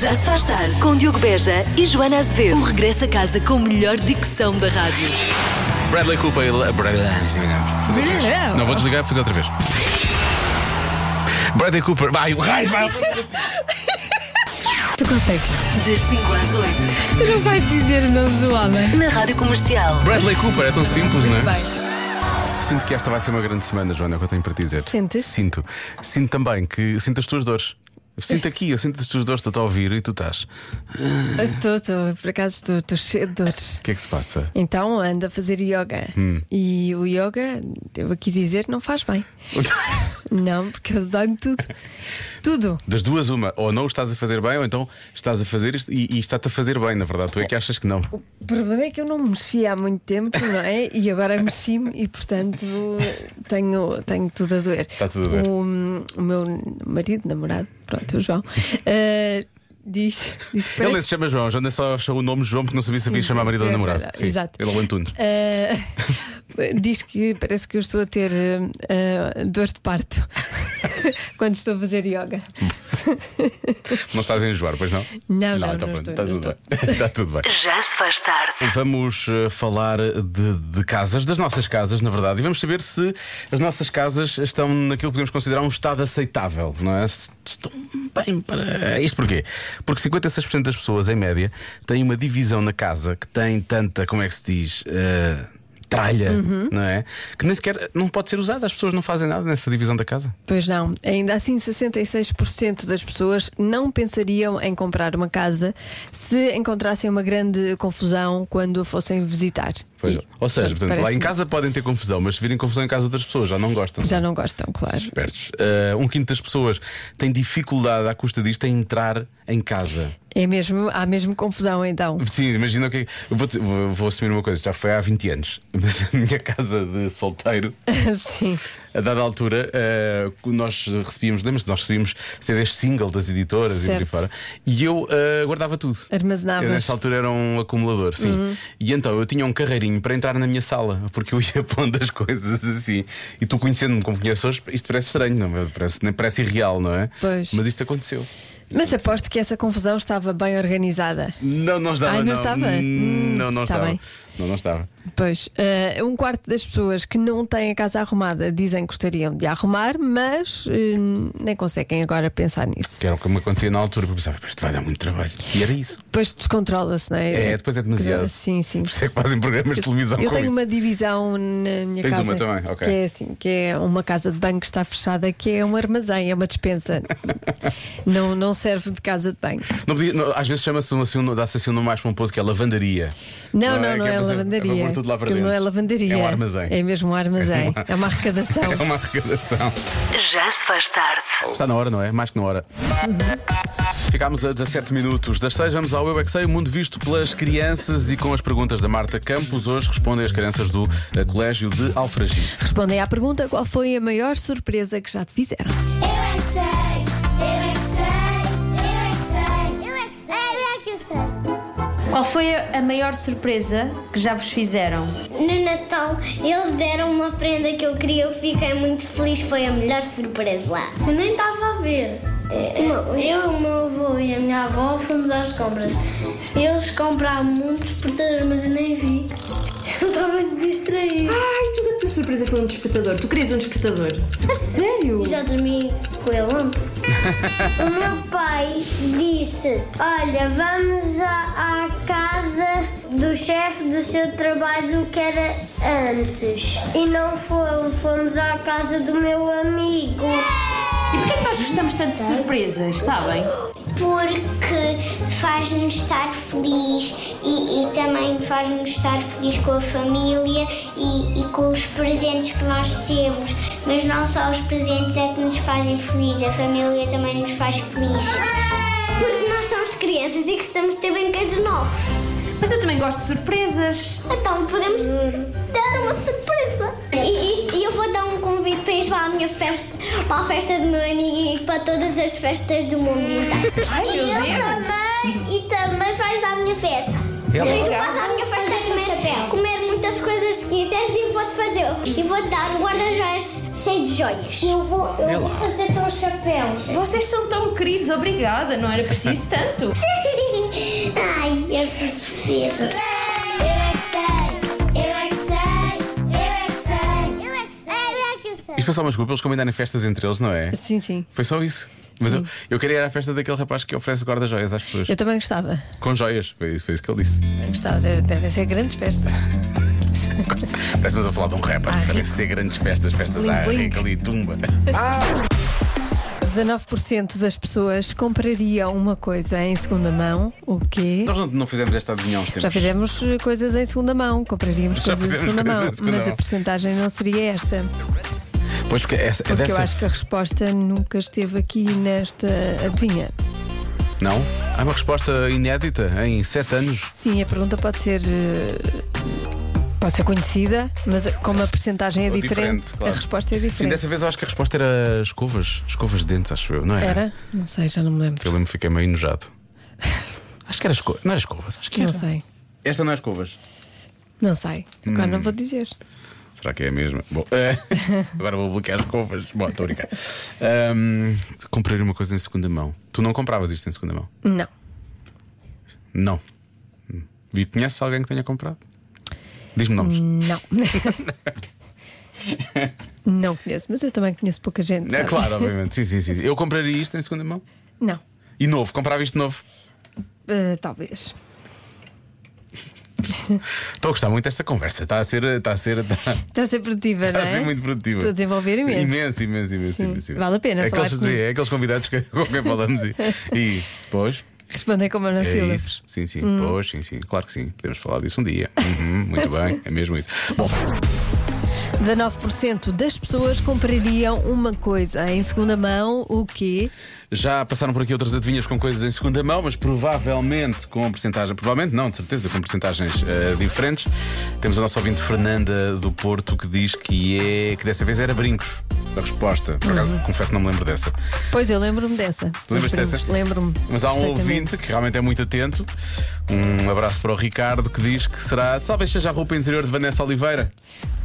Já se faz tarde com Diogo Beja e Joana Azevedo. O regresso a casa com a melhor dicção da rádio. Bradley Cooper e Le- Bradley- Ah, é Fazer outra vez. Não vou desligar, vou fazer outra vez. Bradley Cooper, vai, o raio, vai. Tu consegues. Das 5 às Tu não vais dizer o nome do homem. 8, na Rádio Comercial. Bradley Cooper, é tão simples, não é? Bem, Sinto que esta vai ser uma grande semana, Joana, é o que eu tenho para te dizer. Sentes? Sinto. Sinto também que sinto as tuas dores. Eu Sinto aqui, eu sinto as tuas dores, estou a ouvir e tu estás. eu estou, estou, por acaso estou, estou cheio de dores. O que é que se passa? Então ando a fazer yoga. Hum. E o yoga, devo aqui dizer, não faz bem. Não, porque eu dou tudo. Tudo. Das duas, uma, ou não o estás a fazer bem, ou então estás a fazer isto e, e está-te a fazer bem, na verdade. Tu é que achas que não. O problema é que eu não mexi há muito tempo, não é? E agora mexi-me e, portanto, tenho, tenho tudo a doer. Está tudo a doer. O, o meu marido, namorado, pronto, o João, eh, diz, diz que Ele é nem parece- se chama João, João nem só achou o nome João porque não sabia se havia Sim, chamar marido ou é namorado. verdade, exato. Ele é o Antunes. Ah, diz que parece que eu estou a ter ah, dor de parto quando estou a fazer yoga. Não estás a enjoar, pois não? Não, não, então não pronto, estou, está não tudo bem. Está tudo bem. Já se faz tarde. Vamos eh, falar de, de casas, das nossas casas, na verdade, e vamos saber se as nossas casas estão naquilo que podemos considerar um estado aceitável, não é? Se Estão bem para. Isto porquê? Porque 56% das pessoas, em média, têm uma divisão na casa que tem tanta, como é que se diz? eh, tralha, Uhum. não é? Que nem sequer não pode ser usada, as pessoas não fazem nada nessa divisão da casa. Pois não, ainda assim 66% das pessoas não pensariam em comprar uma casa se encontrassem uma grande confusão quando a fossem visitar. Pois E, é. Ou seja, portanto, portanto, lá em parece- casa podem ter confusão, mas se virem confusão em casa de outras pessoas, já não é? gostam. Já não gostam, claro. Espertos. Ah, um quinto das pessoas tem dificuldade à custa disto em entrar em casa. É mesmo, há mesmo confusão então. Sim, imagina o que é que- eu vou, te- vou- vou assumir uma coisa, já foi há 20 anos, mas a minha casa de solteiro, Sim. a dada altura, ah, nós recebíamos, lembras nós recebíamos CDs single das editoras e por aí Certo. fora, e eu ah, guardava tudo. Armazenavas. Uhum. Eu nessa altura era um acumulador, sim. E então eu tinha um carreirinho para entrar na minha sala, porque eu ia pondo as coisas assim. E tu conhecendo-me como conheces hoje, isto parece estranho, não é? Parece, nem parece irreal, não é? Pois. Mas isto aconteceu. Mas aposto que essa confusão estava bem organizada. Não, não estava. Ai, não estava? Hum, Não, não tá estava. bem. Não, não estava. Pois, eh, um quarto das pessoas que não têm a casa arrumada dizem que gostariam de arrumar, mas eh, nem conseguem agora pensar nisso. Que era o que me acontecia na altura, que eu pensava, "Pá, isto vai dar muito trabalho. E era isso. Depois descontrola-se, não é? É, depois é demasiado. Sim, sim. Por isso é que fazem programas de televisão Eu com tenho isso. uma divisão na minha Tens casa. uma também, ok. Que é assim, que é uma casa de banho que está fechada, que é um armazém, é uma despensa. não, não serve de casa de banho. Não podia- não, às vezes chama-se um, assim, um, dá-se assim um nome mais pomposo que é lavandaria. Não, não, não, Que é, para ser- lavandaria. para pôr tudo lá para Aquilo dentro. não é lavandaria. É um armazém. É mesmo um armazém. É uma arrecadação. É uma arrecadação. Já se faz tarde. Está na hora, não é? Mais que na hora. Uhum. Ficámos a 17 minutos das 6, vamos ao Eu é Que Sei, o mundo visto pelas crianças e com as perguntas da Marta Campos. Hoje respondem as crianças do eh, Colégio de Alfragide. Respondem à pergunta qual foi a maior surpresa que já te fizeram. Eu é que sei, eu é que sei, eu é que sei, eu é que sei, eu é que Qual foi a a maior surpresa que já vos fizeram? sei. No Natal, eles deram uma prenda que eu queria, eu fiquei muito feliz, foi a melhor surpresa lá. Eu nem estava a ver. Eu, o meu avô e a minha avó fomos às compras. Eles compraram muitos portadores, mas eu nem vi. Eu estava muito distraída. Ai, que grande surpresa foi um despertador. Tu querias um despertador? A sério? Eu já dormi com ele ontem. O meu pai disse: Olha, vamos à, à casa do chefe do seu trabalho que era antes. E não fomos, fomos à casa do meu amigo. E porquê que nós gostamos tanto de surpresas, sabem? porque faz-nos estar feliz e, e também faz-nos estar feliz com a família e, e com os presentes que nós temos. Mas não só os presentes é que nos fazem feliz, a família também nos faz feliz. Porque nós somos crianças e gostamos de ter brinquedos novos. Mas eu também gosto de surpresas. Então podemos dar uma surpresa. E, e- e eu vou dar um convite para ir lá à minha festa, para a festa do meu amigo e para todas as festas do mundo. tá? e eu também, e também vais à minha festa. Ela? tu vais à minha festa comer, comer muitas coisas se quiseres e vou-te fazer. E vou-te dar um guarda-joias cheio de joias. Eu vou, eu vou fazer-te um chapéu. Vocês são tão queridos, obrigada, não era preciso tanto. Ai, essas feiras. Eu é que sei, eu é que sei, eu é que sei, eu é que sei, eu é que sei. Isto foi só uma desculpa, eles combinarem festas entre eles, não é? Sim, sim. Foi só isso. Mas eu, eu queria ir à festa daquele rapaz que oferece guarda-joias às pessoas. Eu também gostava. Com joias, foi isso, foi isso que ele disse. Eu Gostava. Deve- Devem ser grandes festas. Parece-nos a falar de um rapper. Ah, Parece ser grandes festas, festas à Bling, bling. rica ali, tumba. 19% das pessoas comprariam uma coisa em segunda mão. O quê? Nós não, não fizemos esta adivinha há uns tempos. Já fizemos eh, coisas em segunda mão, compraríamos Já coisas em fizemos segunda coisas mão, em segunda mas a mão. percentagem não seria esta, Pois porque essa, é porque eu dessa. acho que a resposta nunca esteve aqui nesta adivinha. Não? Há uma resposta inédita em 7 anos. Sim, a pergunta pode ser eh, pode ser conhecida, mas como a percentagem é Ou diferente, diferente, claro. a resposta é Sim, diferente. dessa vez eu acho que a resposta era escovas. Escovas de dentes, acho eu, não é? Era? Não sei, já não me lembro. Eu lembro que fiquei meio enojado. Acho que era escovas. Não era escovas, acho que Não era. sei. Esta não é escovas. Não sei. Agora não vou dizer. Será que é a mesma? Bom, eh, agora vou bloquear as escovas. Bom, estou a brincar. Ahm, Hum, comprei uma coisa em segunda mão. Tu não compravas isto em segunda mão? Não. Não. Hum. E conheces alguém que tenha comprado? Diz-me nomes. Não. não conheço, mas eu também conheço pouca gente. É sabe? claro, obviamente. Sim, sim, sim. Eu compraria isto em segunda mão. Não. E novo, comprava isto novo. Eh, talvez. Estou a gostar muito desta conversa. Está a ser. Está a ser. Está, Está a ser produtiva, está não a é? ser muito produtiva. Estou a desenvolver imenso. Imenso, imenso, imenso. Sim. imenso, imenso. Vale a pena É falar aqueles, comigo. sim, é aqueles convidados que, com quem falamos e. e pois. Respondem com É monossílabos. isso. Sim, sim. Hum. Pois, sim, sim. Claro que sim. Podemos falar disso um dia. Uhum, muito bem. É mesmo isso. Bom, 19% das pessoas comprariam uma coisa em segunda mão, o quê? já passaram por aqui outras adivinhas com coisas em segunda mão, mas provavelmente com porcentagem. Provavelmente não, de certeza, com porcentagens eh, diferentes. Temos a nossa ouvinte Fernanda do Porto que diz que é. que dessa vez era brincos. A resposta. Por Uhum. acaso, confesso que não me lembro dessa. Pois eu lembro-me dessa. Lembras-te Mas, dessa? Lembro-me. Mas há um perfeitamente. ouvinte que realmente é muito atento. Um abraço para o Ricardo que diz que será, talvez seja a roupa interior de Vanessa Oliveira.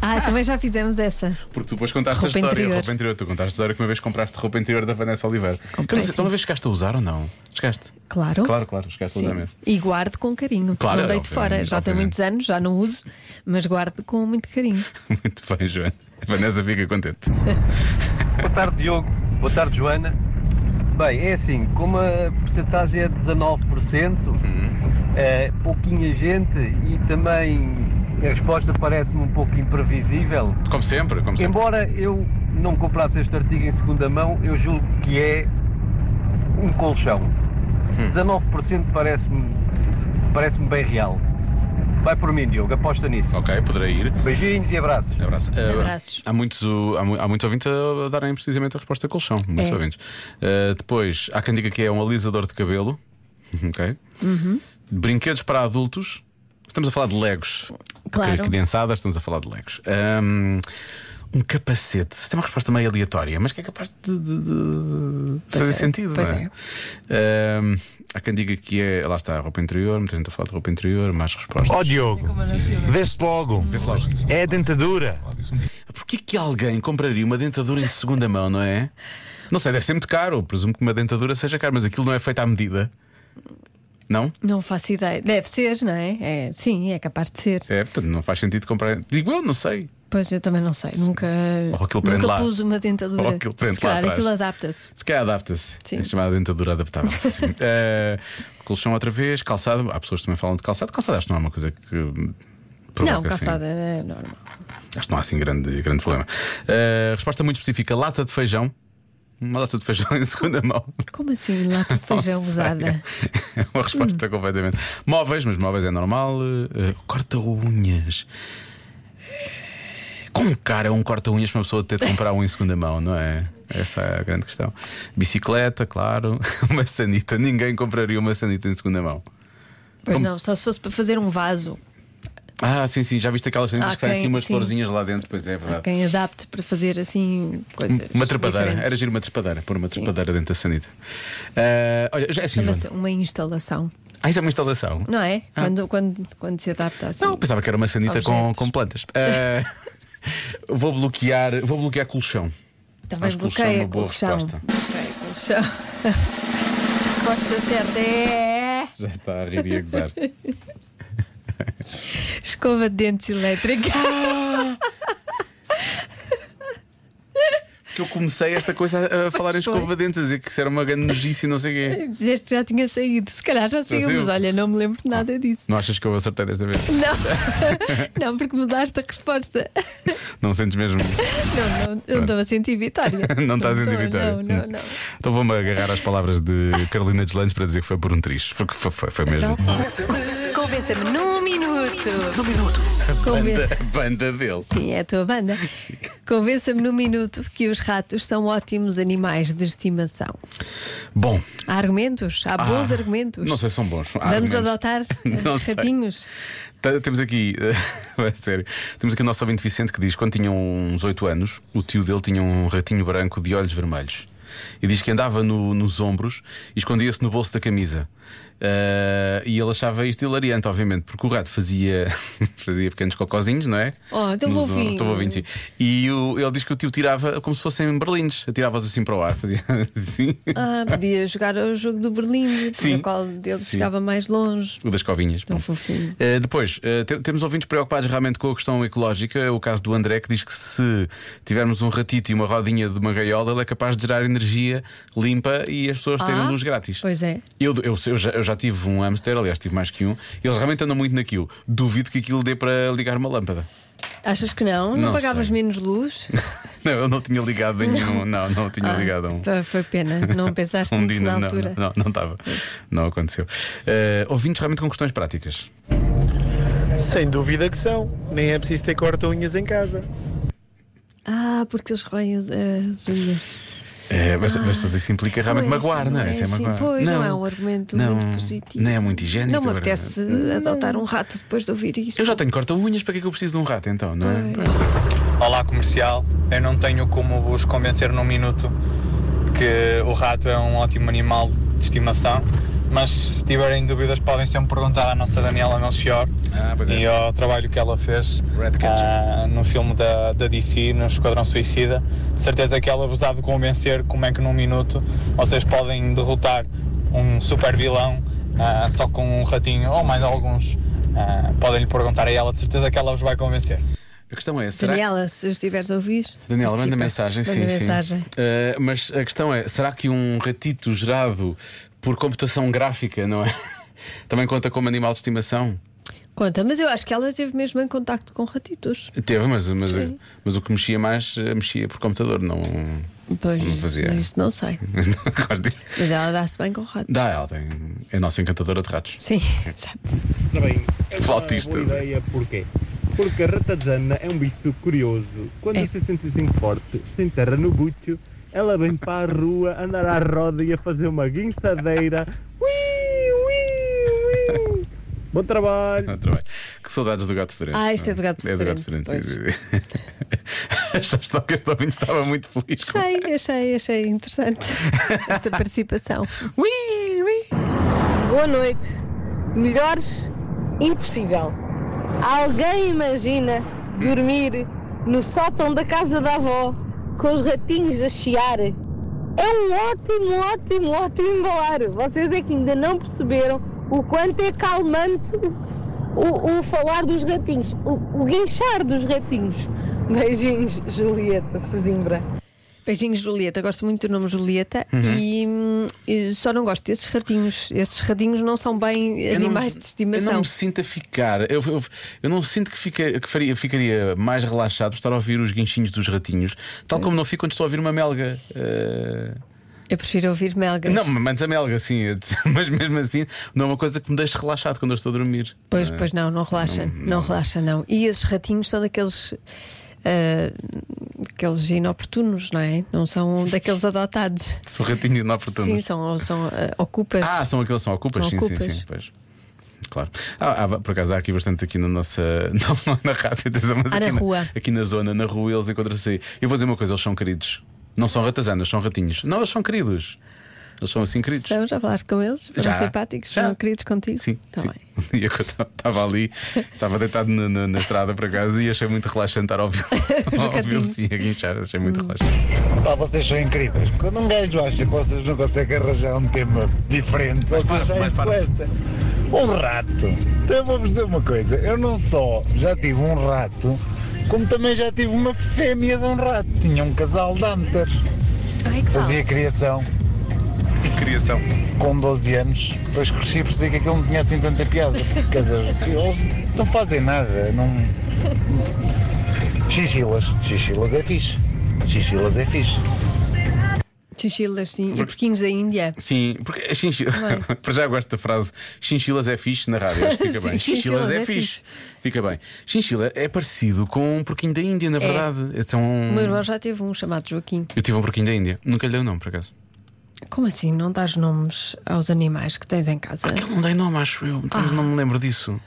Ah, também já fizemos essa. Porque tu depois contaste Roupa a história. interior. Roupa interior. Tu contaste a história que uma vez compraste roupa interior da Vanessa Oliveira. Comprei, Mas, sim. Talvez chegaste a usar ou não? Chegaste? Claro. Claro, claro, chegaste a Sim. usar mesmo. E guardo com carinho. Claro, não deito obviamente, fora. Já tem obviamente. muitos anos, já não uso, mas guardo com muito carinho. Muito bem, Joana. A Vanessa fica contente. Boa tarde, Diogo. Boa tarde, Joana. Bem, é assim, como a porcentagem é de 19%, é pouquinha gente e também a resposta parece-me um pouco imprevisível. Como sempre, como sempre. Embora eu não comprasse este artigo em segunda mão, eu julgo que é um colchão. 19% parece-me parece bem real. Vai por mim, Diogo, aposta nisso. Ok, poderei ir. Beijinhos e abraços. Abraço. Ah, Abraços. Há muitos, uh, há, mu- há muitos ouvintes a darem precisamente a resposta colchão. Muitos É. ouvintes. Ah, depois, há quem diga que é um alisador de cabelo. Ok. Uhum. Brinquedos para adultos. Estamos a falar de legos. Claro. Ok, Criançadas, estamos a falar de legos. Ahm, Um, capacete. Isto é uma resposta meio aleatória, mas que é capaz de, de- de fazer é, sentido, pois não é? Ahm, há quem diga que é. Lá está a roupa interior, muita gente a falar de roupa interior, mais respostas. Ó Diogo, vê-se logo. Vê-se logo. É a dentadura. Porquê que alguém compraria uma dentadura em segunda mão, não é? Não sei, deve ser muito caro. Presumo que uma dentadura seja caro, mas aquilo não é feito à medida. Não? Não faço ideia. Deve ser, não é? É, sim, é capaz de ser. É, portanto, não faz sentido comprar. Digo eu, não sei. Pois eu também não sei. Nunca, Ou Oh, aquilo prende nunca lá. pus uma dentadura. Ou aquilo prende Se calhar lá atrás. aquilo adapta-se. Se calhar adapta-se. Sim. É chamada dentadura adaptável. Sim. Eh, colchão outra vez, calçado. Há pessoas que também falam de calçado. Calçado acho que não é uma coisa que. hum, Provoca, Não, assim. calçada é normal. Acho que não há assim grande, grande problema. Eh, resposta muito específica: lata de feijão. Uma lata de feijão em segunda mão. Como assim? Lata de feijão Não sei. usada? É uma Hum. resposta completamente. Móveis, mas móveis é normal. Eh, eh, corta-unhas. Eh, Como cara é um corta-unhas para uma pessoa ter de comprar um em segunda mão, não é? Essa é a grande questão. Bicicleta, claro. Uma sanita. Ninguém compraria uma sanita em segunda mão. Pois Como- não, só se fosse para fazer um vaso. Ah, sim, sim. Já viste aquelas sanitas Há que saem assim quem- umas Ah, sim. florzinhas lá dentro? Pois é, é verdade. Hum, Quem adapte para fazer assim coisas. Uma trepadeira, diferentes. era giro uma trepadeira, pôr uma trepadeira dentro da sanita. Ah, olha, já é assim, Joana. Chama-se uma instalação. Ah, isso é uma instalação? Não é? Quando, quando, quando se adapta assim. Ah. Não, pensava que era uma sanita com, Objetos. com plantas. Ah, vou bloquear, vou bloquear colchão. Também acho que o colchão é bloqueia uma boa colchão. resposta. Bloqueia colchão. Resposta certa é. Já está a rir e a gozar. Escova de dentes elétrica. Que eu comecei esta coisa a- a falar em escova de dentes, a dizer que isso era uma grande nojice e não sei o quê. Dizer que já tinha saído. Se calhar já saiu, saiu. Ah. mas olha, não me lembro de nada disso. Não achas que eu acertei desta vez? Não, não porque mudaste a resposta. Não sentes mesmo? Não, não, eu não estou a sentir vitória. Não estás a sentir estou, vitória. Não, não, não. Então vou-me agarrar às palavras de Carolina Deslandes para dizer que foi por um triz. Porque foi, foi, foi mesmo. Então? Convença-me num minuto. Num minuto. Banda, banda dele. Sim, é a tua banda. Convença-me num minuto que os ratos são ótimos animais de estimação. Bom, Há argumentos? Há bons argumentos? Ah, não sei se são bons. Ah, Há Vamos argumentos. adotar eh, Não sei. ratinhos? T- Tá, Temos aqui, é sério, temos aqui o nosso ouvinte Vicente que diz: quando tinha uns 8 anos, o tio dele tinha um ratinho branco de olhos vermelhos. E diz que andava no- nos ombros e escondia-se no bolso da camisa. Ah, e ele achava isto hilariante, obviamente, porque o rato fazia, fazia pequenos cocozinhos, não é? Oh, então Nos vou ombros- ouvir. então vou ouvir, sim. E o- ele diz que o tio tirava como se fossem berlindes, atirava-os assim para o ar, fazia assim. Ah, podia jogar ao jogo do Berlim, Sim. para o qual deles Sim. chegava mais longe. O das covinhas. Tão bom. fofinho. Eh, depois, eh, te- temos ouvintes preocupados realmente com a questão ecológica. É o caso do André que diz que se tivermos um ratito e uma rodinha de uma gaiola, ele é capaz de gerar energia limpa e as pessoas terem Ah, luz grátis. Pois é. Eu, eu- eu já, eu já tive um hamster, aliás, tive mais que um, e eles realmente andam muito naquilo. Duvido que aquilo dê para ligar uma lâmpada. Achas que não? Não, Não pagavas sei. menos luz? Não, eu não tinha ligado a nenhum. Não, não tinha ligado a um. Pá, Foi pena, não Ah, então pensaste Um nisso dino, na não, altura. não, não estava. Não aconteceu. Eh, ouvintes realmente com questões práticas. Sem dúvida que são. Nem é preciso ter corta-unhas em casa. Ah, porque eles roem as, as unhas. É, mas, mas isso implica realmente Ah, Pois, magoar, não é? Isso é assim, magoar. Pois, não, é um argumento não, muito positivo. Não é muito higiênico. Não me agora. apetece adotar um rato depois de ouvir isto. Eu já tenho corta-unhas, para que é que eu preciso de um rato então, não é? Olá, comercial. Eu não tenho como vos convencer num minuto que o rato é um ótimo animal de estimação. Mas se tiverem dúvidas, podem sempre perguntar à nossa Daniela Melchior Ah, pois é. e ao trabalho que ela fez Ratcatcher. ah, no filme da, da DC, no Esquadrão Suicida. De certeza que ela vos há de convencer como é que num minuto vocês podem derrotar um super vilão ah, só com um ratinho ou mais alguns. Ah, podem lhe perguntar a ela, de certeza que ela vos vai convencer. A questão é, será Daniela, se estiveres a ouvir. Daniela, manda participa. mensagem, sim, tipo, Manda sim. mensagem. Eh, mas a questão é, será que um ratito gerado por computação gráfica, não é? Também conta como animal de estimação? Conta, mas eu acho que ela esteve mesmo em contacto com ratitos. Teve, mas, mas, Sim. mas o que mexia mais eh, mexia por computador, não. Pois, Não fazia. Isto não sei. Mas não agora disso. Mas ela dá-se bem com ratos. Dá, ela tem. É a nossa encantadora de ratos. Sim, exato. Bem, é uma Flautista. boa ideia, porquê? Porque a ratazana é um bicho curioso. Quando É. se sente assim forte, se enterra no bucho, ela vem para a rua andar à roda e a fazer uma guinçadeira. Ui, ui, ui. Bom trabalho! Ah, trabalho. Que saudades do gato diferente. Ah, isto é do gato É do gato diferente, diferente. Achaste só que este ouvinte estava muito feliz. Achei, achei, achei interessante esta participação. Ui, ui. Boa noite. Melhores? Impossível. Alguém imagina dormir no sótão da casa da avó com os ratinhos a chiar? É um ótimo, ótimo, ótimo balar. Vocês é que ainda não perceberam o quanto é calmante o, o falar dos ratinhos, o, o guinchar dos ratinhos. Beijinhos, Julieta Sesimbra. Beijinhos, Julieta. Gosto muito do nome Julieta Uhum. e, hum, e só não gosto desses ratinhos. Esses ratinhos não são bem Eu não- animais de Eu não estimação. me sinto a ficar. Eu, eu- eu não sinto que, fica- que faria- ficaria mais relaxado por estar a ouvir os guinchinhos dos ratinhos, tal como não fico quando estou a ouvir uma melga. Eh, Eu prefiro ouvir melgas. Não, mas a melga, sim. eu- Mas mesmo assim, não é uma coisa que me deixe relaxado quando eu estou a dormir. Pois, pois não, não relaxa, não, relaxa, não. E esses ratinhos são daqueles. ah, aqueles inoportunos, não é? Não são daqueles adotados. Sou ratinho inoportuno. Sim, são, são ah, ocupas. Ah, são aqueles, são ocupas, São sim, sim, ocupas. sim, pois. Claro. Ah, ah, por acaso há aqui bastante aqui na nossa. Não, não na rádio, atenção, mas Ah, na aqui, rua. aqui na zona, na rua, eles encontram-se aí. Eu vou dizer uma coisa, eles são queridos. Não são ratazanas, são ratinhos. Não, eles são queridos. Eles são assim queridos. São, já falaste com eles? Foram Já. simpáticos? Já. Foram queridos contigo? Sim, Tá sim. bem. E eu estava ali, estava deitado na, na- na estrada para casa e achei muito relaxante estar a ouvi-lo. a ouvi-lo gatinhos. sim, a guinchar, achei muito Hum. relaxante. Pá, vocês são incríveis. Quando um gajo acha que vocês não conseguem arranjar um tema diferente, vocês já isso cuesta. Um rato. Então vou-vos dizer uma coisa. Eu não só já tive um rato, como também já tive uma fêmea de um rato. Tinha um casal de hamsters. Fazia criação. Criação. Com 12 anos. Depois cresci e percebi que aquilo não tinha assim tanta piada. porque, Quer dizer, eles não fazem nada. Não... Chichilas. Chichilas é fixe. Chichilas é fixe. Chinchilas, sim. E porquinhos da Índia. Sim, porque a chinchila. Bem. Para já eu gosto da frase chinchilas é fixe na rádio. acho que Fica Sim, bem. Chinchilas é, fixe. Fica bem. Chinchila é parecido com um porquinho da Índia, na É. verdade. É. São... O meu irmão já teve um chamado Joaquim. Eu tive um porquinho da Índia. Nunca lhe dei o nome, por acaso. Como assim? Não dás nomes aos animais que tens em casa? Aquele não dei nome, acho eu. Ah. Não me lembro disso.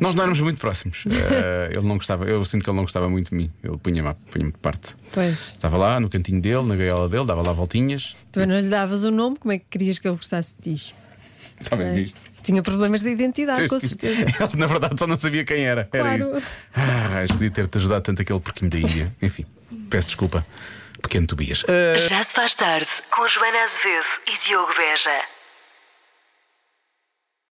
Nós não éramos muito próximos. Eh, ele não gostava, eu sinto que ele não gostava muito de mim. Ele punha-me punha de parte. Pois. Estava lá no cantinho dele, na gaiola dele, dava lá voltinhas. Também não lhe davas o nome, como é que querias que ele gostasse de ti? Está Tá bem É. visto. Tinha problemas de identidade, com certeza. Ele, na verdade, só não sabia quem era. Era Claro. isso. Ah, raios, podia ter-te ajudado tanto aquele porquinho da Índia. Enfim, peço desculpa. Pequeno Tobias. Já se faz tarde com Joana Azevedo e Diogo Beja.